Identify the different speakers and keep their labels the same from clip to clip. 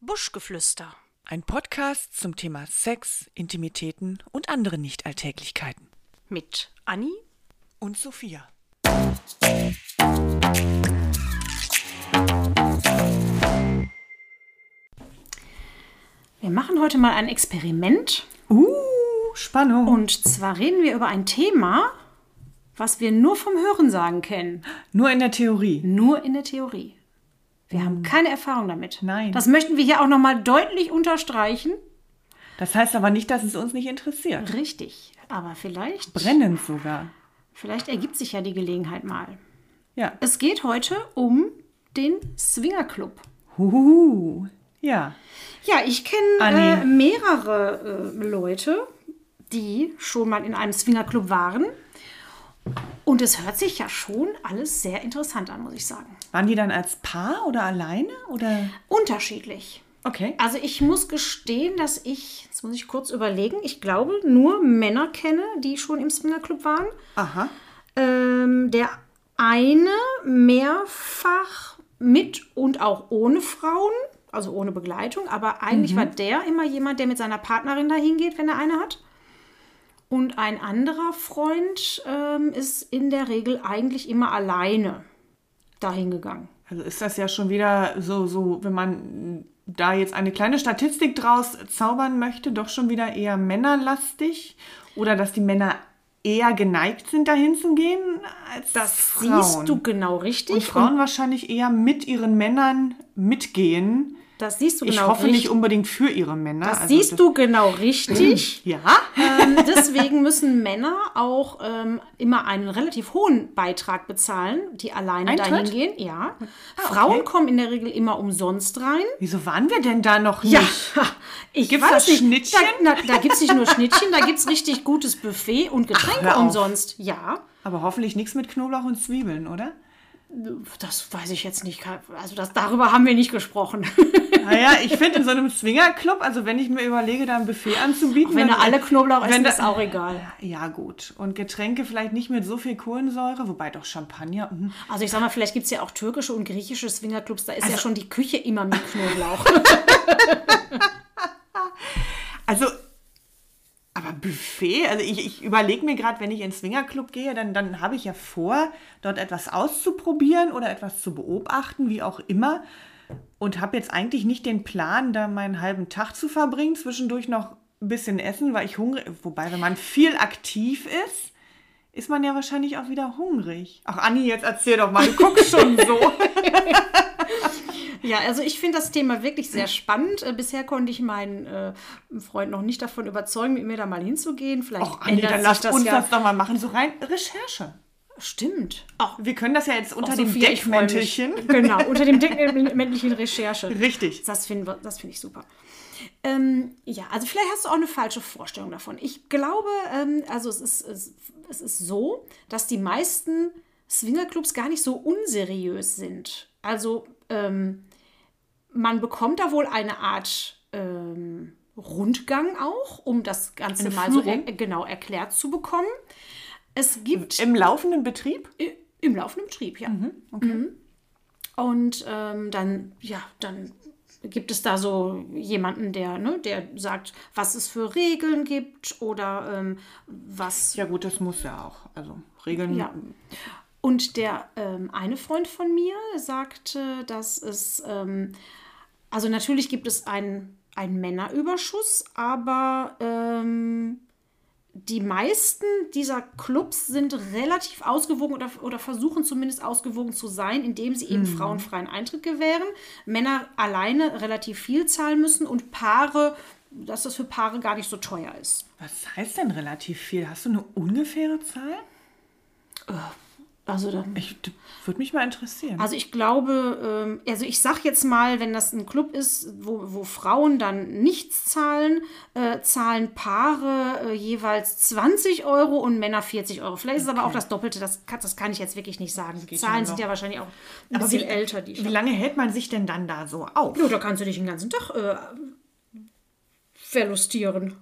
Speaker 1: Buschgeflüster.
Speaker 2: Ein Podcast zum Thema Sex, Intimitäten und andere Nichtalltäglichkeiten.
Speaker 1: Mit Anni
Speaker 2: Und Sophia.
Speaker 1: Wir machen heute mal ein Experiment.
Speaker 2: Uh, Spannung.
Speaker 1: Und zwar reden wir über ein Thema, was wir nur vom Hörensagen kennen.
Speaker 2: Nur in der Theorie.
Speaker 1: Nur in der Theorie. Wir haben keine Erfahrung damit.
Speaker 2: Nein.
Speaker 1: Das möchten wir hier auch nochmal deutlich unterstreichen.
Speaker 2: Das heißt aber nicht, dass es uns nicht interessiert.
Speaker 1: Richtig. Aber vielleicht,
Speaker 2: Brennend sogar.
Speaker 1: vielleicht ergibt sich ja die Gelegenheit mal.
Speaker 2: Ja.
Speaker 1: Es geht heute um den Swingerclub.
Speaker 2: Huhuhu. Ja.
Speaker 1: Ja, ich kenne äh, mehrere äh, Leute, die schon mal in einem Swingerclub waren. Und es hört sich ja schon alles sehr interessant an, muss ich sagen.
Speaker 2: Waren die dann als Paar oder alleine? Oder?
Speaker 1: Unterschiedlich.
Speaker 2: Okay.
Speaker 1: Also ich muss gestehen, dass ich, jetzt muss ich kurz überlegen, ich glaube nur Männer kenne, die schon im Swingerclub waren.
Speaker 2: Aha.
Speaker 1: Ähm, der eine mehrfach mit und auch ohne Frauen, also ohne Begleitung, aber eigentlich
Speaker 2: Mhm.
Speaker 1: war der immer jemand, der mit seiner Partnerin dahin geht, wenn er eine hat. Und ein anderer Freund ähm, ist in der Regel eigentlich immer alleine dahin gegangen.
Speaker 2: Also ist das ja schon wieder so, so, wenn man da jetzt eine kleine Statistik draus zaubern möchte, doch schon wieder eher männerlastig oder dass die Männer eher geneigt sind, dahin zu gehen als das Frauen.
Speaker 1: Siehst du genau richtig?
Speaker 2: Und Frauen wahrscheinlich eher mit ihren Männern mitgehen.
Speaker 1: das siehst du
Speaker 2: Ich
Speaker 1: genau
Speaker 2: hoffe
Speaker 1: richtig.
Speaker 2: nicht also unbedingt für ihre Männer.
Speaker 1: das siehst du genau richtig.
Speaker 2: Ja,
Speaker 1: ähm, deswegen müssen Männer auch ähm, immer einen relativ hohen Beitrag bezahlen, die alleine
Speaker 2: Eintritt?
Speaker 1: dahin gehen.
Speaker 2: Ah,
Speaker 1: Ja. Frauen kommen in der Regel immer umsonst rein.
Speaker 2: wieso waren wir denn da noch nicht?
Speaker 1: ich
Speaker 2: Gibt's da Schnittchen?
Speaker 1: Da, na, da gibt es nicht nur Schnittchen, da gibt es richtig gutes Buffet und Getränke
Speaker 2: hör auf.
Speaker 1: umsonst. Ja.
Speaker 2: Aber hoffentlich nichts mit Knoblauch und Zwiebeln, oder?
Speaker 1: Das weiß ich jetzt nicht. Also das, darüber haben wir nicht gesprochen.
Speaker 2: Naja, Ah ich finde in so einem Swingerclub, also wenn ich mir überlege, da ein Buffet anzubieten.
Speaker 1: Wenn da
Speaker 2: dann-
Speaker 1: alle Knoblauch
Speaker 2: wenn
Speaker 1: essen,
Speaker 2: da-
Speaker 1: ist auch egal.
Speaker 2: Ja, gut. Und Getränke vielleicht nicht mit so viel Kohlensäure, wobei doch Champagner. mhm.
Speaker 1: Also ich sag mal, vielleicht gibt es ja auch türkische und griechische Swingerclubs. Da ist ja schon die Küche immer mit Knoblauch.
Speaker 2: Also, aber Buffet, also ich, ich überlege mir gerade, wenn ich in den Swingerclub gehe, dann, dann habe ich ja vor, dort etwas auszuprobieren oder etwas zu beobachten, wie auch immer. Und habe jetzt eigentlich nicht den Plan, da meinen halben Tag zu verbringen, zwischendurch noch ein bisschen essen, weil ich hungrig. Wobei, wenn man viel aktiv ist, ist man ja wahrscheinlich auch wieder hungrig. Ach, Anni, jetzt erzähl doch mal, du guckst schon so.
Speaker 1: Ja, also ich finde das Thema wirklich sehr spannend. Äh, Bisher konnte ich meinen äh, Freund noch nicht davon überzeugen, mit mir da mal hinzugehen. Vielleicht
Speaker 2: Ach, Anni,
Speaker 1: ändert
Speaker 2: dann
Speaker 1: sich
Speaker 2: lasst
Speaker 1: das
Speaker 2: uns
Speaker 1: ja.
Speaker 2: das doch mal machen, so rein Recherche.
Speaker 1: Stimmt. Auch
Speaker 2: Wir können das ja jetzt unter dem
Speaker 1: Sophia, ich freu mich.
Speaker 2: Deckmäntelchen.
Speaker 1: Genau, unter dem Deckmäntelchen Recherche.
Speaker 2: Richtig.
Speaker 1: Das finde das find ich super. Ähm, ja, also vielleicht hast du auch eine falsche Vorstellung davon. Ich glaube, ähm, also es ist, es, es ist so, dass die meisten Swingerclubs gar nicht so unseriös sind. Also ähm, man bekommt da wohl eine Art ähm, Rundgang auch, um das Ganze
Speaker 2: Eine
Speaker 1: mal so
Speaker 2: Führung? Äh,
Speaker 1: er, genau erklärt zu bekommen. Es gibt
Speaker 2: Im laufenden Betrieb?
Speaker 1: I- Im laufenden Betrieb, ja. Mhm. Und ähm, dann, ja, dann gibt es da so jemanden, der, ne, der sagt, was es für Regeln gibt oder ähm, was.
Speaker 2: Ja gut, das muss ja auch. Also Regeln.
Speaker 1: Ja. Und der ähm, eine Freund von mir sagte, dass es, ähm, also natürlich gibt es einen, einen Männerüberschuss, aber ähm, die meisten dieser Clubs sind relativ ausgewogen oder, oder versuchen zumindest ausgewogen zu sein, indem sie eben Frauen freien Eintritt gewähren, Männer alleine relativ viel zahlen müssen und Paare, dass das für Paare gar nicht so teuer ist.
Speaker 2: Was heißt denn relativ viel? Hast du eine ungefähre Zahl?
Speaker 1: Also da
Speaker 2: Ich würde mich mal interessieren.
Speaker 1: Also ich glaube, ähm, also ich sag jetzt mal, wenn das ein Club ist, wo, wo Frauen dann nichts zahlen, äh, zahlen Paare äh, jeweils 20 Euro und Männer 40 Euro. Vielleicht ist es aber auch das Doppelte, das kann, das kann ich jetzt wirklich nicht sagen. Die
Speaker 2: geht
Speaker 1: Zahlen
Speaker 2: ja
Speaker 1: sind
Speaker 2: noch.
Speaker 1: ja wahrscheinlich auch ein bisschen älter. Die
Speaker 2: Wie lange hält man sich denn dann da so auf?
Speaker 1: ja, da kannst du dich den ganzen Tag äh, verlustieren.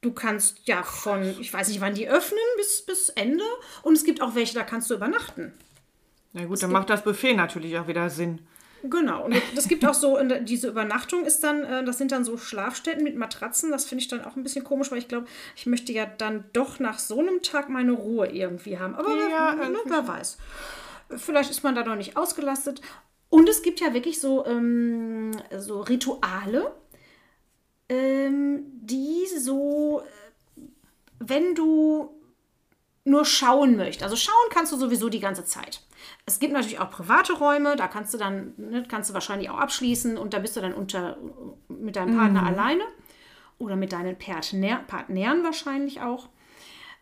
Speaker 1: Du kannst ja von, ich weiß nicht, wann die öffnen, bis, bis Ende. Und es gibt auch welche, da kannst du übernachten.
Speaker 2: Na gut, dann macht das Buffet natürlich auch wieder Sinn.
Speaker 1: Genau, und das gibt auch so, in- diese Übernachtung ist dann, äh, das sind dann so Schlafstätten mit Matratzen, das finde ich dann auch ein bisschen komisch, weil ich glaube, ich möchte ja dann doch nach so einem Tag meine Ruhe irgendwie haben. Aber wer,
Speaker 2: Ja,
Speaker 1: ne,
Speaker 2: irgendwie
Speaker 1: wer weiß. Vielleicht ist man da noch nicht ausgelastet. Und es gibt ja wirklich so, ähm, so Rituale, ähm, die so, äh, wenn du nur schauen möchtest. Also schauen kannst du sowieso die ganze Zeit. Es gibt natürlich auch private Räume, da kannst du dann, ne, kannst du wahrscheinlich auch abschließen und da bist du dann unter mit deinem Partner alleine oder mit deinen Partner, Partnern wahrscheinlich auch.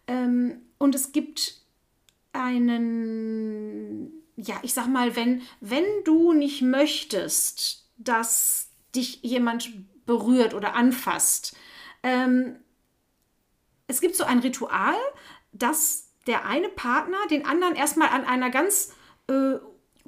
Speaker 1: Ähm, und es gibt einen, ja, ich sag mal, wenn, wenn du nicht möchtest, dass dich jemand berührt oder anfasst, ähm, es gibt so ein Ritual, dass der eine Partner den anderen erstmal an einer ganz äh,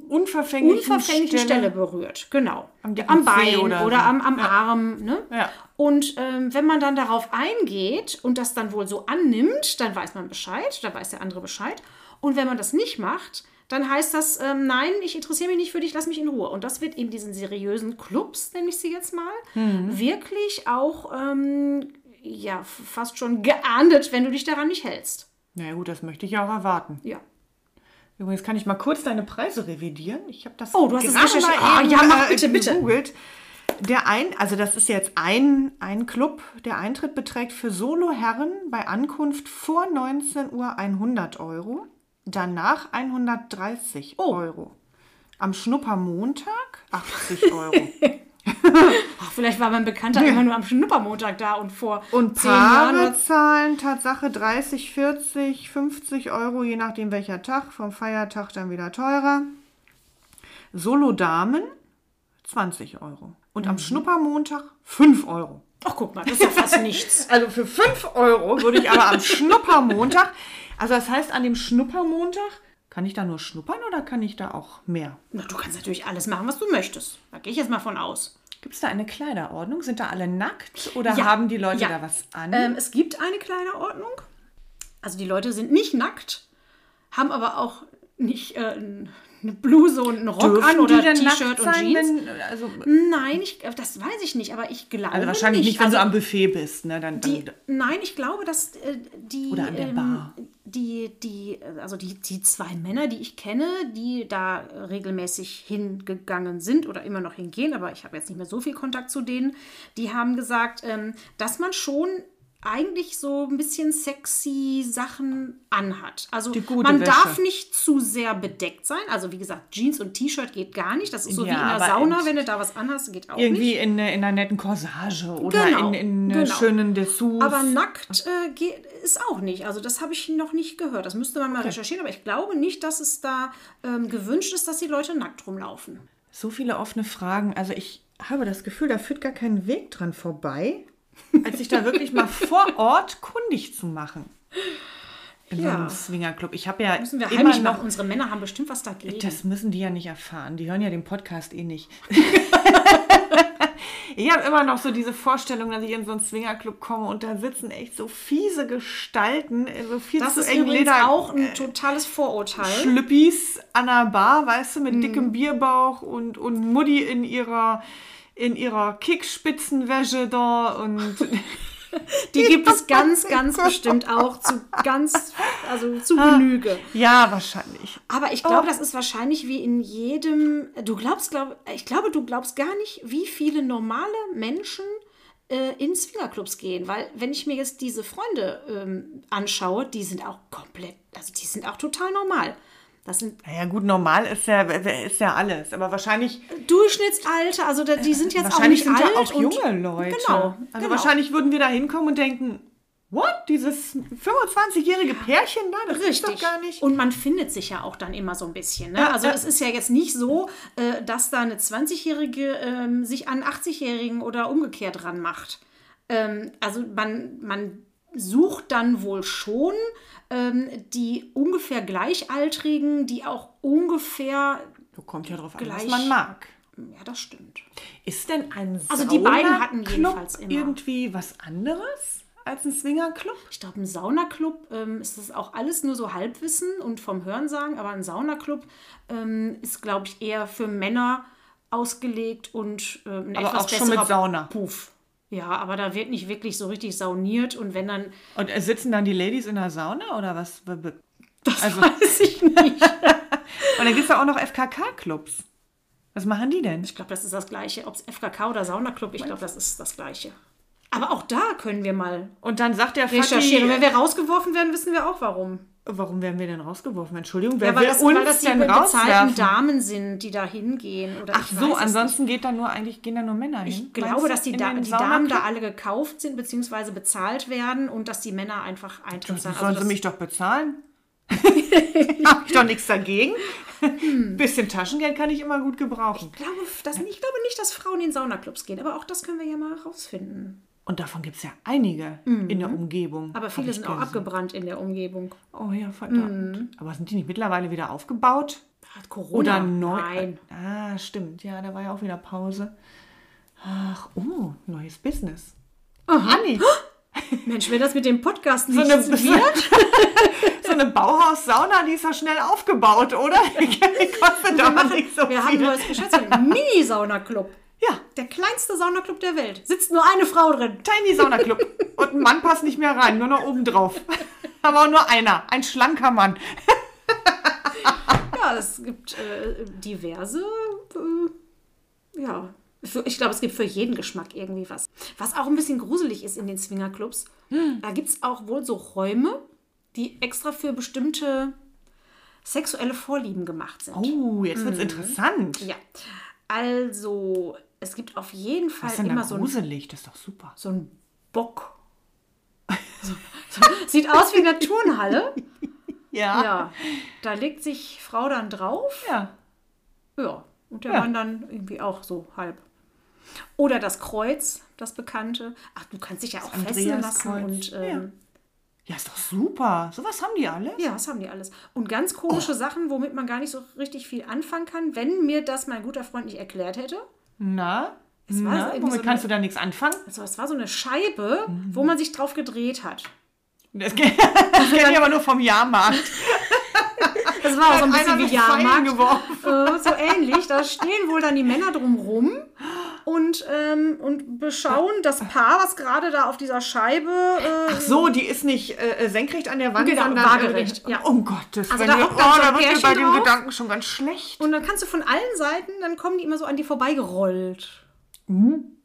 Speaker 2: Unverfängliche,
Speaker 1: unverfänglichen Stelle. berührt. Genau.
Speaker 2: Am dicken
Speaker 1: am
Speaker 2: Zeh
Speaker 1: Bein
Speaker 2: oder
Speaker 1: oder,
Speaker 2: so.
Speaker 1: am, am Arm. Ne?
Speaker 2: Ja.
Speaker 1: Und ähm, wenn man dann darauf eingeht und das dann wohl so annimmt, dann weiß man Bescheid, dann weiß der andere Bescheid. Und wenn man das nicht macht, dann heißt das, ähm, nein, ich interessiere mich nicht für dich, lass mich in Ruhe. Und das wird eben diesen seriösen Clubs, nenne ich sie jetzt mal,
Speaker 2: Mhm.
Speaker 1: wirklich auch ähm, ja, f- fast schon geahndet, wenn du dich daran nicht hältst.
Speaker 2: Na ja, gut, das möchte ich ja auch erwarten.
Speaker 1: Ja.
Speaker 2: Übrigens kann ich mal kurz deine Preise revidieren. Ich habe das
Speaker 1: Oh, du hast es
Speaker 2: gerade
Speaker 1: recherchiert.
Speaker 2: mal
Speaker 1: Ah,
Speaker 2: eben,
Speaker 1: ja, mach
Speaker 2: äh,
Speaker 1: bitte, bitte.
Speaker 2: gegoogelt. Der ein, also das ist jetzt ein, ein Club, der Eintritt beträgt für Soloherren bei Ankunft vor 19 Uhr 100 Euro, danach 130
Speaker 1: Oh.
Speaker 2: Euro. Am Schnuppermontag 80 Euro.
Speaker 1: Ach, vielleicht war mein Bekannter immer nur am Schnuppermontag da und vor
Speaker 2: Und
Speaker 1: zehn Jahren
Speaker 2: Paare
Speaker 1: oder
Speaker 2: zahlen Tatsache 30, 40, 50 Euro, je nachdem welcher Tag, vom Feiertag dann wieder teurer. Solo-Damen 20 Euro. Und am Schnuppermontag 5 Euro.
Speaker 1: Ach, guck mal, das ist ja fast nichts.
Speaker 2: Also für 5 Euro würde ich aber am Schnuppermontag, also das heißt an dem Schnuppermontag, kann ich da nur schnuppern oder kann ich da auch mehr?
Speaker 1: Na, du kannst natürlich alles machen, was du möchtest. Da gehe ich jetzt mal von aus.
Speaker 2: Gibt es da eine Kleiderordnung? Sind da alle nackt oder
Speaker 1: Ja,
Speaker 2: haben die Leute
Speaker 1: ja.
Speaker 2: da was an?
Speaker 1: Ähm, es gibt eine Kleiderordnung. Also die Leute sind nicht nackt, haben aber auch nicht äh, eine Bluse und einen Rock
Speaker 2: Dürfen
Speaker 1: an
Speaker 2: die
Speaker 1: oder
Speaker 2: denn
Speaker 1: T-Shirt
Speaker 2: nackt
Speaker 1: und
Speaker 2: sein,
Speaker 1: Jeans.
Speaker 2: Wenn, also,
Speaker 1: Nein, ich, äh, das weiß ich nicht, aber ich glaube
Speaker 2: Also wahrscheinlich nicht, wenn
Speaker 1: Also
Speaker 2: du am Buffet bist, ne? Dann,
Speaker 1: die,
Speaker 2: dann
Speaker 1: nein, ich glaube, dass äh, die
Speaker 2: Oder an der Bar.
Speaker 1: die die äh, also die, die zwei Männer, die ich kenne, die da äh, regelmäßig hingegangen sind oder immer noch hingehen, aber ich habe jetzt nicht mehr so viel Kontakt zu denen, die haben gesagt, ähm, dass man schon eigentlich so ein bisschen sexy Sachen anhat. Also
Speaker 2: Die gute
Speaker 1: man
Speaker 2: Wäsche.
Speaker 1: darf nicht zu sehr bedeckt sein. Also wie gesagt, Jeans und T-Shirt geht gar nicht. Das ist so
Speaker 2: Ja,
Speaker 1: wie in der
Speaker 2: aber
Speaker 1: Sauna,
Speaker 2: ent-
Speaker 1: wenn du da was anhast, geht auch nicht.
Speaker 2: irgendwie in, äh, in einer netten Corsage oder
Speaker 1: Genau,
Speaker 2: in, in äh,
Speaker 1: genau.
Speaker 2: schönen Dessous.
Speaker 1: Aber nackt äh, geht, ist auch nicht. Also das habe ich noch nicht gehört. Das müsste man mal recherchieren. Aber ich glaube nicht, dass es da ähm, gewünscht ist, dass die Leute nackt rumlaufen.
Speaker 2: so viele offene Fragen. Also ich habe das Gefühl, da führt gar kein Weg dran vorbei, als sich da wirklich mal vor Ort kundig zu machen. In so
Speaker 1: Ja.
Speaker 2: einem Swingerclub. Ich habe ja
Speaker 1: Müssen wir
Speaker 2: immer
Speaker 1: heimlich
Speaker 2: noch...
Speaker 1: machen. Unsere Männer haben bestimmt was dagegen.
Speaker 2: Das müssen die ja nicht erfahren. Die hören ja den Podcast eh nicht. ich habe immer noch so diese Vorstellung, dass ich in so einen Swingerclub komme und da sitzen echt so fiese Gestalten, äh, so viel
Speaker 1: das
Speaker 2: zu
Speaker 1: ist
Speaker 2: eng
Speaker 1: übrigens
Speaker 2: Leder. Äh,
Speaker 1: auch ein totales Vorurteil.
Speaker 2: Schlüppis an der Bar, weißt du, mit dickem Bierbauch und, und Mutti in ihrer in ihrer Kickspitzenwäsche da und
Speaker 1: Die gibt es ganz, ganz bestimmt auch zu ganz, also zu
Speaker 2: Ah.
Speaker 1: Genüge.
Speaker 2: ja, wahrscheinlich.
Speaker 1: Aber ich glaube, das ist wahrscheinlich wie in jedem. Du glaubst, glaub, ich glaube, du glaubst gar nicht, wie viele normale Menschen äh, in Swingerclubs gehen. Weil, wenn ich mir jetzt diese Freunde ähm, anschaue, die sind auch komplett, also die sind auch total normal. Das sind
Speaker 2: Naja, gut, normal ist ja, ist ja alles, aber wahrscheinlich
Speaker 1: Durchschnittsalter, also da, die sind jetzt auch
Speaker 2: Wahrscheinlich
Speaker 1: nicht
Speaker 2: sind
Speaker 1: alt.
Speaker 2: da auch
Speaker 1: und-
Speaker 2: junge Leute.
Speaker 1: Genau.
Speaker 2: Also
Speaker 1: genau.
Speaker 2: wahrscheinlich würden wir da hinkommen und denken, what? Dieses 25-jährige Pärchen da, das ist doch
Speaker 1: Richtig.
Speaker 2: gar nicht.
Speaker 1: Und man findet sich ja auch dann immer so ein bisschen. Ne?
Speaker 2: Ja,
Speaker 1: also
Speaker 2: ja.
Speaker 1: es ist ja jetzt nicht so, äh, dass da eine 20-Jährige ähm, sich an einen 80-Jährigen oder umgekehrt ranmacht. Ähm, also man, man sucht dann wohl schon ähm, die ungefähr Gleichaltrigen, die auch ungefähr,
Speaker 2: So kommt ja drauf an, was
Speaker 1: Gleich.
Speaker 2: man mag.
Speaker 1: ja das stimmt.
Speaker 2: Ist denn ein
Speaker 1: Also die beiden hatten
Speaker 2: Saunaclub
Speaker 1: jedenfalls immer.
Speaker 2: irgendwie was anderes als ein Swingerclub?
Speaker 1: Ich glaube, im Saunaclub ähm, ist das auch alles nur so Halbwissen und vom Hörensagen, aber ein Saunaclub ähm, ist, glaube ich, eher für Männer ausgelegt und äh, ein
Speaker 2: Aber
Speaker 1: etwas
Speaker 2: auch schon
Speaker 1: besserer
Speaker 2: mit Sauna.
Speaker 1: Puff. Ja, aber da wird nicht wirklich so richtig sauniert und wenn dann,
Speaker 2: Und äh, sitzen dann die Ladies in der Sauna oder was? B- b-
Speaker 1: das
Speaker 2: Also-
Speaker 1: weiß ich nicht.
Speaker 2: Und dann gibt es ja auch noch FKK-Clubs. Was machen die denn?
Speaker 1: Ich glaube, das ist das Gleiche. Ob es FKK oder Saunaclub, ich glaube, das ist das Gleiche. Aber auch da können wir mal
Speaker 2: Und dann sagt der
Speaker 1: recherchieren. Und
Speaker 2: Fatih,
Speaker 1: wenn wir rausgeworfen werden, wissen wir auch warum.
Speaker 2: warum werden wir denn rausgeworfen? Entschuldigung, wer
Speaker 1: Ja, weil
Speaker 2: will
Speaker 1: das,
Speaker 2: uns
Speaker 1: weil das die
Speaker 2: denn
Speaker 1: bezahlten
Speaker 2: rauswerfen?
Speaker 1: Damen sind, die da hingehen. Oder
Speaker 2: Ach
Speaker 1: ich
Speaker 2: so,
Speaker 1: weiß es
Speaker 2: ansonsten geht da nur eigentlich gehen da nur Männer hin.
Speaker 1: Ich glaube, dass die, da, die Damen da alle gekauft sind bzw. bezahlt werden und dass die Männer einfach Eintritt
Speaker 2: Sollen
Speaker 1: zahlen. Also
Speaker 2: sie
Speaker 1: das-
Speaker 2: mich doch bezahlen? Hab ich doch nichts dagegen.
Speaker 1: Hm.
Speaker 2: Bisschen Taschengeld kann ich immer gut gebrauchen.
Speaker 1: ich, glaube, das, ich glaube nicht, dass Frauen in Saunaclubs gehen, aber auch das können wir ja mal rausfinden.
Speaker 2: Und davon gibt es ja einige in der Umgebung.
Speaker 1: Mhm. Aber
Speaker 2: Hab
Speaker 1: viele
Speaker 2: ich
Speaker 1: sind auch
Speaker 2: gesehen.
Speaker 1: abgebrannt in der Umgebung.
Speaker 2: Oh ja, verdammt.
Speaker 1: Mhm.
Speaker 2: Aber sind die nicht mittlerweile wieder aufgebaut?
Speaker 1: Hat
Speaker 2: Oder
Speaker 1: Corona?
Speaker 2: neu?
Speaker 1: Nein.
Speaker 2: Ah, stimmt. Ja, da war ja auch wieder Pause. Ach, oh, neues Business.
Speaker 1: Mhm.
Speaker 2: Oh, Hanni,
Speaker 1: Mensch, wenn das mit dem Podcast
Speaker 2: so
Speaker 1: nicht
Speaker 2: eine,
Speaker 1: so wird.
Speaker 2: so eine Bauhaus-Sauna, die ist ja schnell aufgebaut, oder? Die kostet doch
Speaker 1: machen-
Speaker 2: nicht so
Speaker 1: Wir haben
Speaker 2: viel.
Speaker 1: ein neues Geschäftsmodell. Mini-Saunaclub.
Speaker 2: Ja,
Speaker 1: Der kleinste Saunaclub der Welt. Sitzt nur eine Frau drin.
Speaker 2: Tiny Sauna Club. Und ein Mann passt nicht mehr rein, nur noch oben drauf. Aber auch nur einer, ein schlanker Mann.
Speaker 1: Ja, es gibt äh, diverse. Äh, ja, für, ich glaube, es gibt für jeden Geschmack irgendwie was. Was auch ein bisschen gruselig ist in den Swingerclubs,
Speaker 2: Hm.
Speaker 1: da gibt es auch wohl so Räume, die extra für bestimmte sexuelle Vorlieben gemacht sind.
Speaker 2: Oh, jetzt wird's interessant.
Speaker 1: Mhm. Ja. Also, es gibt auf jeden Fall
Speaker 2: Was ist denn da
Speaker 1: immer so ein
Speaker 2: gruselig? Das ist doch super.
Speaker 1: so ein Bock. So, so, sieht aus wie in der Turnhalle.
Speaker 2: Ja. Ja.
Speaker 1: Ja, da legt sich Frau dann drauf. Ja, und der
Speaker 2: Ja.
Speaker 1: Mann dann irgendwie auch so halb. Oder das Kreuz, das bekannte. Ach, du kannst dich ja auch fesseln lassen.
Speaker 2: Andreaskreuz.
Speaker 1: Und, ähm,
Speaker 2: Ja, ist doch super. Sowas haben die alle?
Speaker 1: ja. das haben die alles. Und ganz
Speaker 2: Oh.
Speaker 1: komische Sachen, womit man gar nicht so richtig viel anfangen kann, wenn mir das mein guter Freund nicht erklärt hätte.
Speaker 2: Na?
Speaker 1: war so
Speaker 2: Na?
Speaker 1: irgendwie
Speaker 2: Womit
Speaker 1: so
Speaker 2: kannst du da nichts anfangen?
Speaker 1: Also, es war so eine Scheibe,
Speaker 2: Mhm.
Speaker 1: wo man sich drauf gedreht hat.
Speaker 2: Das kenne ich aber nur vom Jahrmarkt.
Speaker 1: Das war auch so ein
Speaker 2: Einer
Speaker 1: bisschen wie
Speaker 2: mit Pfeilen
Speaker 1: Jahrmarkt.
Speaker 2: geworfen.
Speaker 1: Äh, so ähnlich. Da stehen wohl dann die Männer drumrum und, ähm, und beschauen das Paar, was gerade da auf dieser Scheibe. Äh,
Speaker 2: Ach so, die ist nicht äh, senkrecht an der Wand,
Speaker 1: Genau,
Speaker 2: sondern
Speaker 1: waagerecht,
Speaker 2: Äh,
Speaker 1: ja.
Speaker 2: Um Gottes
Speaker 1: Also da
Speaker 2: Willen. oh,
Speaker 1: hockt dann so ein
Speaker 2: da wird mir bei
Speaker 1: Pärchen
Speaker 2: dem
Speaker 1: drauf.
Speaker 2: Gedanken schon ganz schlecht.
Speaker 1: und dann kannst du von allen Seiten, dann kommen die immer so an dir vorbeigerollt.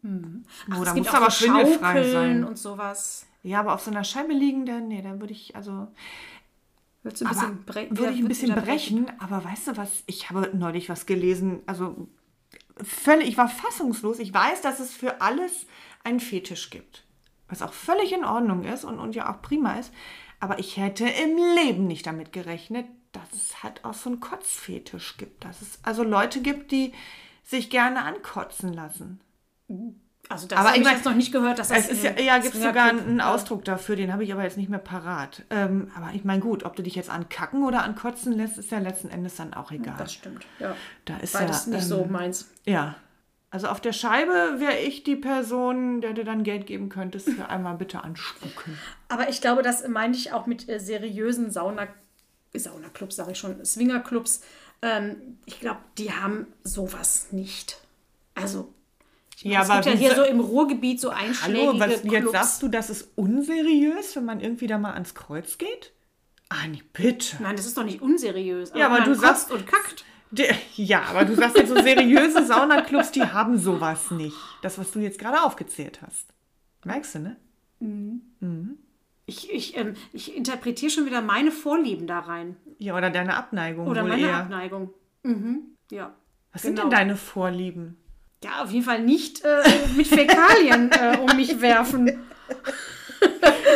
Speaker 1: Mhm. Ach,
Speaker 2: Oh,
Speaker 1: es
Speaker 2: da
Speaker 1: gibt
Speaker 2: musst
Speaker 1: auch
Speaker 2: du aber
Speaker 1: so
Speaker 2: schwindelfrei
Speaker 1: Schaukeln
Speaker 2: sein.
Speaker 1: und sowas.
Speaker 2: Ja, aber auf so einer Scheibe liegende, nee, dann würde ich also
Speaker 1: Willst du ein
Speaker 2: aber
Speaker 1: bisschen, bre
Speaker 2: würde ich ein
Speaker 1: wieder-
Speaker 2: bisschen
Speaker 1: wieder
Speaker 2: brechen, aber weißt du was, ich habe neulich was gelesen, also völlig, ich war fassungslos. Ich weiß, dass es für alles einen Fetisch gibt, was auch völlig in Ordnung ist und, und ja auch prima ist, aber ich hätte im Leben nicht damit gerechnet, dass es halt auch so einen Kotzfetisch gibt, dass es also Leute gibt, die sich gerne ankotzen lassen.
Speaker 1: Also das
Speaker 2: Aber
Speaker 1: habe
Speaker 2: ich
Speaker 1: ich
Speaker 2: mein,
Speaker 1: jetzt noch nicht gehört, dass das
Speaker 2: Es ist ja,
Speaker 1: in-
Speaker 2: ja gibt
Speaker 1: in
Speaker 2: es
Speaker 1: der
Speaker 2: sogar
Speaker 1: Club-
Speaker 2: einen Ausdruck dafür, den habe ich aber jetzt nicht mehr parat. Ähm, aber ich meine, gut, ob du dich jetzt ankacken oder ankotzen lässt, ist ja letzten Endes dann auch egal.
Speaker 1: Das stimmt, ja.
Speaker 2: Da ist
Speaker 1: Beides
Speaker 2: ja,
Speaker 1: nicht
Speaker 2: ähm,
Speaker 1: so meins.
Speaker 2: Ja. Also auf der Scheibe wäre ich die Person, der du dann Geld geben könntest, für einmal bitte anspucken.
Speaker 1: Aber ich glaube, das meine ich auch mit äh, seriösen Sauna, Saunaclubs, sage ich schon, Swingerclubs. Ähm, ich glaube, die haben sowas nicht. Also, ich meine,
Speaker 2: Ja,
Speaker 1: es
Speaker 2: aber
Speaker 1: gibt ja
Speaker 2: wie
Speaker 1: hier
Speaker 2: so-
Speaker 1: so im Ruhrgebiet so einschlägige
Speaker 2: Hallo, was, jetzt
Speaker 1: Clubs.
Speaker 2: sagst du, das ist unseriös, wenn man irgendwie da mal ans Kreuz geht? Anni, bitte.
Speaker 1: Nein, das ist doch nicht unseriös.
Speaker 2: Ja, aber
Speaker 1: wenn man
Speaker 2: du
Speaker 1: kotzt
Speaker 2: sagst-
Speaker 1: und kackt.
Speaker 2: Der- ja, aber du sagst jetzt so seriöse Saunaclubs, die haben sowas nicht. Das, was du jetzt gerade aufgezählt hast. Merkst du, ne?
Speaker 1: Ich, ich, ähm, ich interpretiere schon wieder meine Vorlieben da rein.
Speaker 2: Ja, oder deine Abneigung
Speaker 1: Oder
Speaker 2: wohl
Speaker 1: meine
Speaker 2: eher.
Speaker 1: Abneigung. Mhm, ja.
Speaker 2: Was
Speaker 1: Genau.
Speaker 2: sind denn deine Vorlieben?
Speaker 1: Ja, auf jeden Fall nicht äh, mit Fäkalien äh, um mich werfen.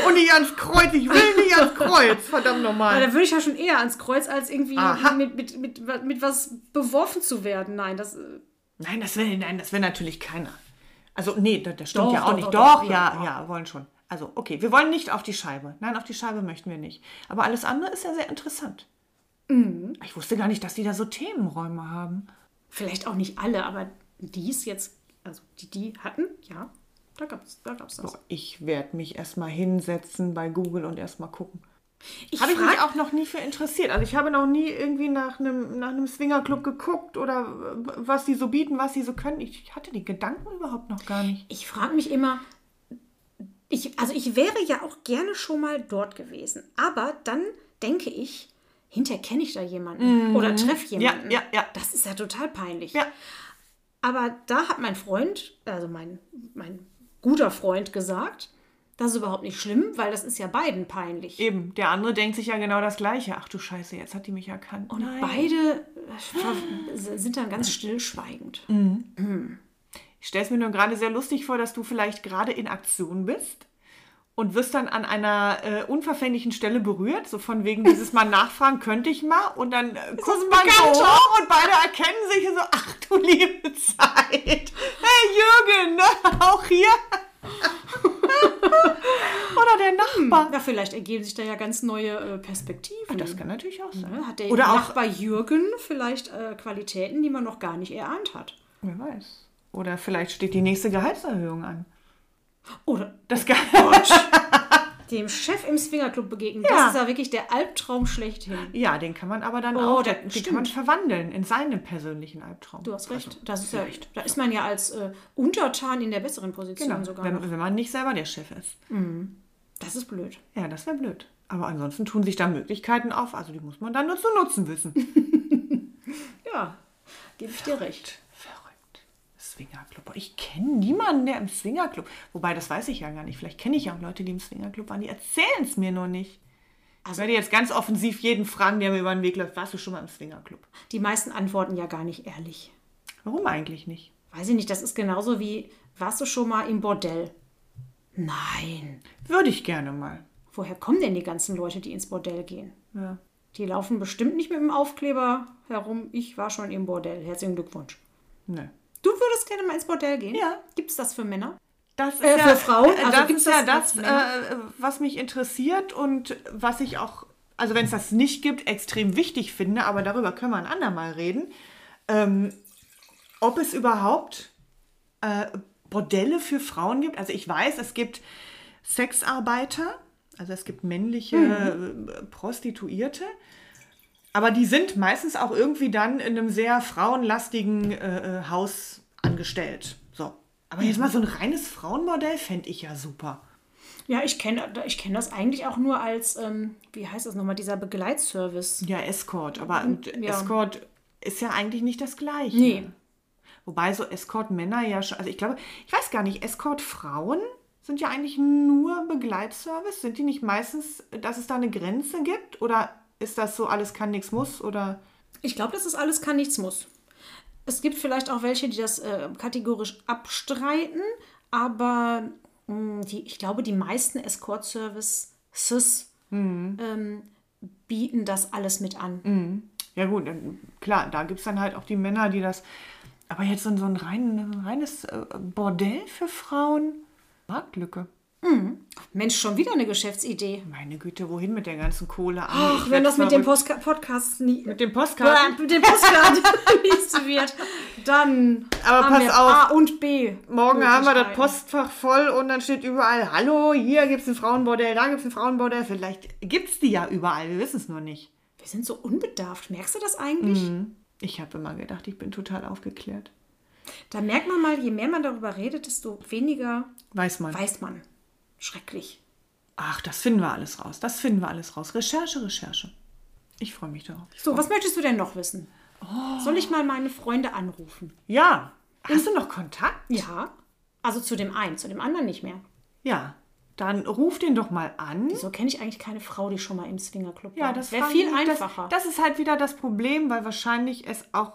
Speaker 2: Und nicht ans Kreuz, ich will nicht ans Kreuz, verdammt
Speaker 1: Aber
Speaker 2: nochmal.
Speaker 1: da würde ich ja schon eher ans Kreuz, als irgendwie
Speaker 2: Aha.
Speaker 1: mit, mit, mit, mit was beworfen zu werden. Nein, das. äh,
Speaker 2: Nein, das will, nein, das will natürlich keiner. Also, nee, das, das stimmt
Speaker 1: Doch,
Speaker 2: ja auch
Speaker 1: doch,
Speaker 2: nicht.
Speaker 1: doch,
Speaker 2: Doch,
Speaker 1: doch,
Speaker 2: ja,
Speaker 1: ja,
Speaker 2: ja, wollen schon. Also, okay, wir wollen nicht auf die Scheibe. Nein, auf die Scheibe möchten wir nicht. Aber alles andere ist ja sehr interessant.
Speaker 1: Mhm.
Speaker 2: Ich wusste gar nicht, dass die da so Themenräume haben.
Speaker 1: Vielleicht auch nicht alle, aber die es jetzt, also die, die hatten, ja, da gab es da gab's das.
Speaker 2: Ich werde mich erstmal hinsetzen bei Google und erstmal gucken.
Speaker 1: Ich
Speaker 2: Habe ich mich
Speaker 1: frage
Speaker 2: auch noch nie für interessiert. Also ich habe noch nie irgendwie nach einem, nach einem Swingerclub geguckt oder w- was die so bieten, was sie so können. Ich ich hatte die Gedanken überhaupt noch gar nicht.
Speaker 1: ich frag mich immer, ich, also ich wäre ja auch gerne schon mal dort gewesen. Aber dann denke ich, hinterher kenne ich da jemanden oder treffe jemanden.
Speaker 2: Mhm. ja, ja.
Speaker 1: Das ist ja total peinlich.
Speaker 2: Ja.
Speaker 1: Aber da hat mein Freund, also mein, mein guter Freund gesagt, das ist überhaupt nicht schlimm, weil das ist ja beiden peinlich.
Speaker 2: Eben, der andere denkt sich ja genau das Gleiche. Ach du Scheiße, jetzt hat die mich erkannt.
Speaker 1: Und beide äh, ver- sind dann ganz stillschweigend.
Speaker 2: Ich stelle es mir nur gerade sehr lustig vor, dass du vielleicht gerade in Aktion bist und wirst dann an einer äh, unverfänglichen Stelle berührt, so von wegen dieses Mal nachfragen, könnte ich mal? Und dann äh, guckt man so hoch und beide erkennen sich und so, ach du liebe Zeit. Hey Jürgen, ne? auch hier? Oder der Nachbar.
Speaker 1: Ja, vielleicht ergeben sich da ja ganz neue äh, Perspektiven.
Speaker 2: Das kann natürlich auch sein.
Speaker 1: Ne? Hat der
Speaker 2: Oder auch,
Speaker 1: Nachbar Jürgen vielleicht äh, Qualitäten, die man noch gar nicht erahnt hat?
Speaker 2: wer weiß. Oder vielleicht steht die nächste Gehaltserhöhung an.
Speaker 1: Oder
Speaker 2: Das Gehalt.
Speaker 1: dem Chef im Swingerclub begegnen.
Speaker 2: Ja.
Speaker 1: Das ist ja wirklich der Albtraum schlechthin.
Speaker 2: Ja, den kann man aber dann
Speaker 1: Oh,
Speaker 2: auch
Speaker 1: der-
Speaker 2: den
Speaker 1: stimmt.
Speaker 2: kann man verwandeln in seinen persönlichen Albtraum.
Speaker 1: Du hast recht. Das ist ja, da ist man ja als äh, Untertan in der besseren Position
Speaker 2: Genau,
Speaker 1: sogar. noch.
Speaker 2: wenn, wenn man nicht selber der Chef ist.
Speaker 1: Das ist blöd.
Speaker 2: Ja, das wäre blöd. Aber ansonsten tun sich da Möglichkeiten auf, also die muss man dann nur zu nutzen wissen.
Speaker 1: Ja, gebe ich dir recht.
Speaker 2: Verrückt. Swingerclub. Ich kenne niemanden, der im Swingerclub. Wobei, das weiß ich ja gar nicht. Vielleicht kenne ich ja auch Leute, die im Swingerclub waren, die erzählen es mir nur nicht. ich
Speaker 1: Also
Speaker 2: werde jetzt ganz offensiv jeden fragen, der mir über den Weg läuft, warst du schon mal im Swingerclub?
Speaker 1: Die meisten antworten ja gar nicht ehrlich.
Speaker 2: Warum eigentlich nicht?
Speaker 1: Weiß ich nicht, das ist genauso wie, warst du schon mal im Bordell? Nein.
Speaker 2: Würde ich gerne mal.
Speaker 1: Woher kommen denn die ganzen Leute, die ins Bordell gehen?
Speaker 2: Ja.
Speaker 1: Die laufen bestimmt nicht mit dem Aufkleber herum. Ich war schon im Bordell. Herzlichen Glückwunsch.
Speaker 2: Ne.
Speaker 1: Du würdest gerne mal ins Bordell gehen?
Speaker 2: Ja.
Speaker 1: Gibt es das für Männer?
Speaker 2: Das ist
Speaker 1: Äh,
Speaker 2: ja,
Speaker 1: für Frauen? Also
Speaker 2: das
Speaker 1: gibt's
Speaker 2: ist ja
Speaker 1: das als
Speaker 2: das, äh, was mich interessiert und was ich auch, also wenn es das nicht gibt, extrem wichtig finde, aber darüber können wir ein andermal reden, ähm, ob es überhaupt äh, Bordelle für Frauen gibt. Also ich weiß, es gibt Sexarbeiter, also es gibt männliche
Speaker 1: Mhm.
Speaker 2: äh, Prostituierte, aber die sind meistens auch irgendwie dann in einem sehr frauenlastigen äh, äh, Haus angestellt. So. Aber jetzt mal so ein reines Frauenmodell fände ich ja super.
Speaker 1: Ja, ich kenne ich kenn das eigentlich auch nur als, ähm, wie heißt das nochmal, dieser Begleitservice.
Speaker 2: Ja, Escort, aber und
Speaker 1: Mhm, ja.
Speaker 2: Escort ist ja eigentlich nicht das Gleiche.
Speaker 1: Nee.
Speaker 2: Wobei so Escort-Männer ja schon, also ich glaube, ich weiß gar nicht, Escort-Frauen sind ja eigentlich nur Begleitservice. Sind die nicht meistens, dass es da eine Grenze gibt? Oder ist das so, alles kann, nichts muss? Oder
Speaker 1: Ich glaube, das ist alles kann, nichts muss. Es gibt vielleicht auch welche, die das äh, kategorisch abstreiten, aber mh, die, ich glaube, die meisten Escort-Services
Speaker 2: Mhm.
Speaker 1: ähm, bieten das alles mit an.
Speaker 2: Ja gut, dann, klar, da gibt es dann halt auch die Männer, die das. Aber jetzt so ein, so ein, rein, ein reines äh, Bordell für Frauen? Marktlücke.
Speaker 1: Mensch, schon wieder eine Geschäftsidee.
Speaker 2: Meine Güte, wohin mit der ganzen Kohle? Anni?
Speaker 1: Ach,
Speaker 2: Ich
Speaker 1: wenn
Speaker 2: werd
Speaker 1: das mit dem
Speaker 2: verrückt.
Speaker 1: Postka Podcast nie.
Speaker 2: mit dem Postkarten.
Speaker 1: Mit dem Postcard nichts wird, dann
Speaker 2: Aber
Speaker 1: haben
Speaker 2: pass
Speaker 1: wir
Speaker 2: auf.
Speaker 1: A und B.
Speaker 2: Morgen haben wir das
Speaker 1: Möglichkeiten.
Speaker 2: Postfach voll und dann steht überall, hallo, hier gibt es ein Frauenbordell, da gibt es ein Frauenbordell. Vielleicht gibt es die ja überall, wir wissen es nur nicht. Hm?
Speaker 1: Wir sind so unbedarft. Merkst du das eigentlich?
Speaker 2: Mhm. Ich habe immer gedacht, ich bin total aufgeklärt.
Speaker 1: Da merkt man mal, je mehr man darüber redet, desto weniger
Speaker 2: Weiß man.
Speaker 1: weiß man. Schrecklich.
Speaker 2: Ach, das finden wir alles raus, das finden wir alles raus. Recherche, Recherche. Ich freue mich darauf.
Speaker 1: So, was möchtest du denn noch wissen? Soll ich mal meine Freunde anrufen?
Speaker 2: Ja. Hast du noch Kontakt?
Speaker 1: Ja. Also zu dem einen, zu dem anderen nicht mehr.
Speaker 2: Ja. Dann ruf den doch mal an.
Speaker 1: So kenne ich eigentlich keine Frau, die schon mal im Swingerclub war.
Speaker 2: Ja, das
Speaker 1: wäre
Speaker 2: fragen
Speaker 1: viel
Speaker 2: die-
Speaker 1: einfacher.
Speaker 2: Das, das ist halt wieder das Problem, weil wahrscheinlich es auch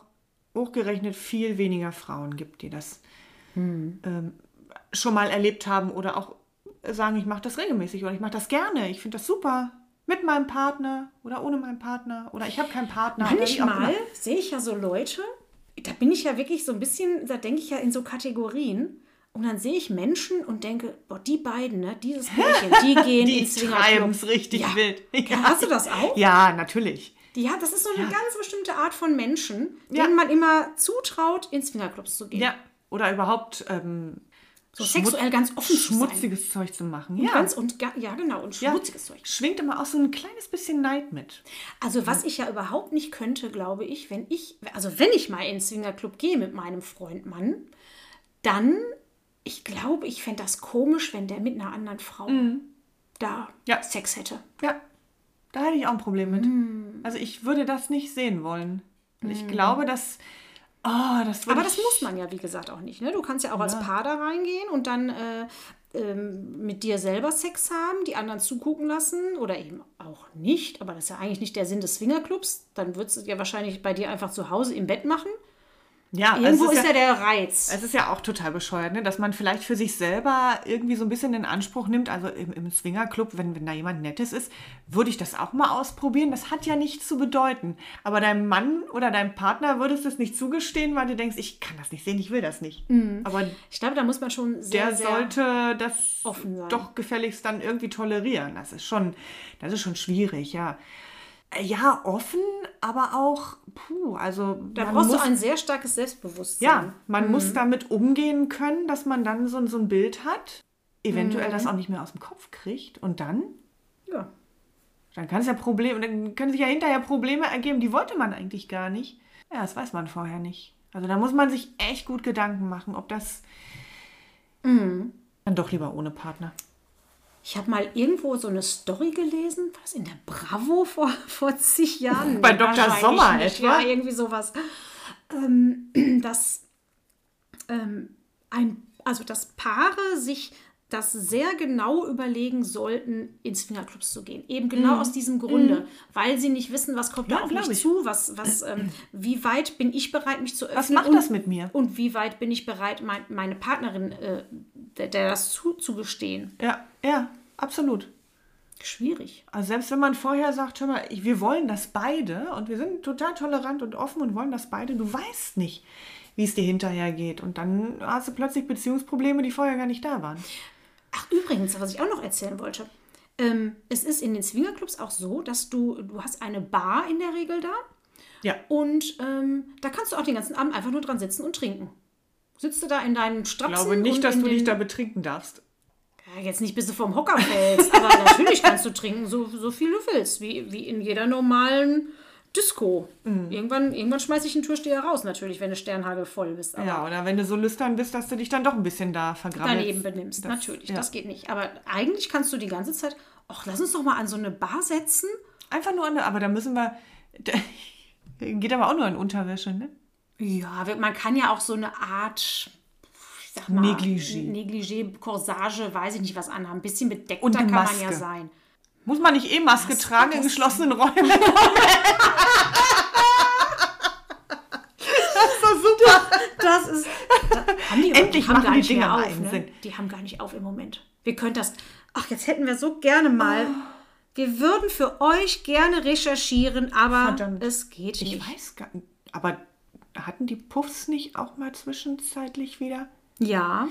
Speaker 2: hochgerechnet viel weniger Frauen gibt, die das
Speaker 1: Hm.
Speaker 2: ähm, schon mal erlebt haben oder auch sagen, ich mache das regelmäßig oder ich mache das gerne, ich finde das super. Mit meinem Partner oder ohne meinen Partner oder ich habe keinen Partner. oder wie Ah, auch
Speaker 1: Manchmal
Speaker 2: immer.
Speaker 1: sehe ich ja so Leute, da bin ich ja wirklich so ein bisschen, da denke ich ja in so Kategorien. Und dann sehe ich Menschen und denke, boah, die beiden, ne, dieses Pärchen, die gehen
Speaker 2: Die
Speaker 1: ins Swingerclub.
Speaker 2: treiben es richtig
Speaker 1: ja.
Speaker 2: wild.
Speaker 1: Ja. Hast du das auch?
Speaker 2: Ja, natürlich.
Speaker 1: Ja, das ist so eine ganz bestimmte Art von Menschen,
Speaker 2: Ja.
Speaker 1: denen man immer zutraut, ins Swingerclubs zu gehen.
Speaker 2: Ja. Oder überhaupt ähm,
Speaker 1: So sexuell ganz offen zu sein.
Speaker 2: schmutziges Zeug zu machen.
Speaker 1: Und
Speaker 2: Ja.
Speaker 1: Ganz und ga, ja, genau, und
Speaker 2: ja.
Speaker 1: schmutziges Zeug.
Speaker 2: Schwingt immer auch so ein kleines bisschen Neid mit.
Speaker 1: Also was ich ja überhaupt nicht könnte, glaube ich, wenn ich, also wenn ich mal in den Swingerclub gehe mit meinem Freund Mann, dann, ich glaube, ich fände das komisch, wenn der mit einer anderen Frau da
Speaker 2: Ja.
Speaker 1: Sex hätte.
Speaker 2: Ja, da hätte ich auch ein Problem mit.
Speaker 1: Hm.
Speaker 2: Also ich würde das nicht sehen wollen. Und ich glaube, dass. Oh, das würde
Speaker 1: Aber das
Speaker 2: ich,
Speaker 1: muss man ja, wie gesagt, auch nicht. Ne? Du kannst ja auch als Paar da reingehen und dann äh, ähm, mit dir selber Sex haben, die anderen zugucken lassen oder eben auch nicht. Aber das ist ja eigentlich nicht der Sinn des Swingerclubs. Dann würdest du es ja wahrscheinlich bei dir einfach zu Hause im Bett machen.
Speaker 2: Ja, also
Speaker 1: Irgendwo
Speaker 2: es
Speaker 1: ist,
Speaker 2: ist,
Speaker 1: ja
Speaker 2: ja,
Speaker 1: der Reiz.
Speaker 2: es ist ja auch total bescheuert, ne? dass man vielleicht für sich selber irgendwie so ein bisschen in Anspruch nimmt. Also im, im Swingerclub, wenn, wenn da jemand Nettes ist, würde ich das auch mal ausprobieren. Das hat ja nichts zu bedeuten. Aber deinem Mann oder deinem Partner würdest du es nicht zugestehen, weil du denkst, ich kann das nicht sehen, ich will das nicht. Aber
Speaker 1: ich glaube, da muss man schon Mhm. sehr,
Speaker 2: der
Speaker 1: sehr
Speaker 2: sollte das
Speaker 1: offen sein.
Speaker 2: doch gefälligst dann irgendwie tolerieren. Das ist schon, das ist schon schwierig, ja. Äh, Ja, offen, aber auch, puh, also
Speaker 1: Da
Speaker 2: man
Speaker 1: brauchst
Speaker 2: muss,
Speaker 1: du ein sehr starkes Selbstbewusstsein.
Speaker 2: ja, man muss damit umgehen können, dass man dann so, so ein Bild hat, eventuell das auch nicht mehr aus dem Kopf kriegt und dann,
Speaker 1: Ja.
Speaker 2: dann kann es ja Probleme, dann können sich ja hinterher Probleme ergeben, die wollte man eigentlich gar nicht. Ja, das weiß man vorher nicht. Also da muss man sich echt gut Gedanken machen, ob das dann doch lieber ohne Partner.
Speaker 1: Ich habe mal irgendwo so eine Story gelesen, war das in der Bravo vor, vor zig Jahren?
Speaker 2: Bei Dr.
Speaker 1: Wahrscheinlich
Speaker 2: Sommer
Speaker 1: nicht,
Speaker 2: etwa?
Speaker 1: Ja, irgendwie sowas. Ähm, dass ähm, ein, also dass Paare sich das sehr genau überlegen sollten, ins Fingerclubs zu gehen. Eben genau aus diesem Grunde, weil sie nicht wissen, was kommt
Speaker 2: Mhm. Ja,
Speaker 1: da auf
Speaker 2: glaub
Speaker 1: mich
Speaker 2: ich. Mhm.
Speaker 1: zu, was, was, ähm, wie weit bin ich bereit, mich zu öffnen.
Speaker 2: Was macht
Speaker 1: und
Speaker 2: das mit mir?
Speaker 1: Und wie weit bin ich bereit, mein, meine Partnerin, äh, der, der das zuzugestehen?
Speaker 2: Ja, ja, absolut.
Speaker 1: Schwierig.
Speaker 2: Also selbst wenn man vorher sagt, hör mal, ich, wir wollen das beide und wir sind total tolerant und offen und wollen das beide, du weißt nicht, wie es dir hinterher geht. Und dann hast du plötzlich Beziehungsprobleme, die vorher gar nicht da waren.
Speaker 1: Ach, übrigens, was ich auch noch erzählen wollte. Ähm, es ist in den Swingerclubs auch so, dass du, du hast eine Bar in der Regel da
Speaker 2: Ja.
Speaker 1: und ähm, da kannst du auch den ganzen Abend einfach nur dran sitzen und trinken. Sitzt du da in deinen
Speaker 2: Ich
Speaker 1: Strapsen
Speaker 2: glaube nicht,
Speaker 1: und
Speaker 2: dass
Speaker 1: in
Speaker 2: du dich da
Speaker 1: den,
Speaker 2: betrinken darfst.
Speaker 1: Ja, jetzt nicht bis du vom Hocker fällst, aber natürlich kannst du trinken, so, so viel du willst, wie, wie in jeder normalen Disco.
Speaker 2: Mhm.
Speaker 1: Irgendwann, irgendwann schmeiß ich einen Türsteher raus, natürlich, wenn du Sternhagel voll bist. Aber
Speaker 2: Ja, oder wenn du so lüstern bist, dass du dich dann doch ein bisschen da vergrabbelst.
Speaker 1: daneben benimmst. Natürlich,
Speaker 2: ja.
Speaker 1: das geht nicht. Aber eigentlich kannst du die ganze Zeit, ach, lass uns doch mal an so eine Bar setzen.
Speaker 2: Einfach nur an der, aber da müssen wir, da, geht aber auch nur in Unterwäsche, ne?
Speaker 1: Ja, wir- man kann ja auch so eine Art, ich sag mal,
Speaker 2: Negligé.
Speaker 1: Negligé, Corsage, weiß ich nicht was anhaben. Ein bisschen bedeckter
Speaker 2: Und
Speaker 1: kann
Speaker 2: eine
Speaker 1: man ja
Speaker 2: Maske.
Speaker 1: sein.
Speaker 2: Muss man nicht eh Maske
Speaker 1: Was
Speaker 2: tragen
Speaker 1: soll
Speaker 2: in
Speaker 1: das
Speaker 2: geschlossenen Räumen? das ist doch super.
Speaker 1: Das ist. Da, haben die,
Speaker 2: Endlich
Speaker 1: die haben
Speaker 2: machen
Speaker 1: gar
Speaker 2: die
Speaker 1: nicht
Speaker 2: Dinger
Speaker 1: mehr
Speaker 2: mal
Speaker 1: auf,
Speaker 2: einen
Speaker 1: ne?
Speaker 2: Sinn.
Speaker 1: Die haben gar nicht auf im Moment. Wir könnten das. Oh. Ach, jetzt hätten wir so gerne mal. Wir würden für euch gerne recherchieren, aber
Speaker 2: Verdammt.
Speaker 1: es geht nicht.
Speaker 2: Ich weiß gar nicht. Aber hatten die Puffs nicht auch mal zwischenzeitlich wieder?
Speaker 1: Ja.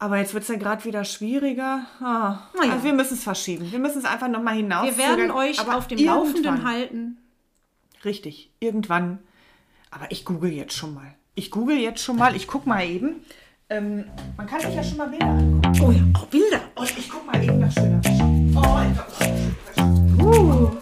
Speaker 2: Aber jetzt wird es ja gerade wieder schwieriger. Ah,
Speaker 1: Na ja.
Speaker 2: also wir müssen es verschieben. Wir müssen es einfach nochmal hinaus.
Speaker 1: Wir werden euch auf dem Laufenden halten.
Speaker 2: Richtig, irgendwann. Aber ich google jetzt schon mal. Ich google jetzt schon mal. Ich guck mal eben. Ähm, man kann sich ja schon mal Bilder angucken.
Speaker 1: Oh ja, auch Bilder.
Speaker 2: Und ich guck mal eben nach schöner Wäsche. Oh, ich glaub, das ist schöne Wäsche. Uh.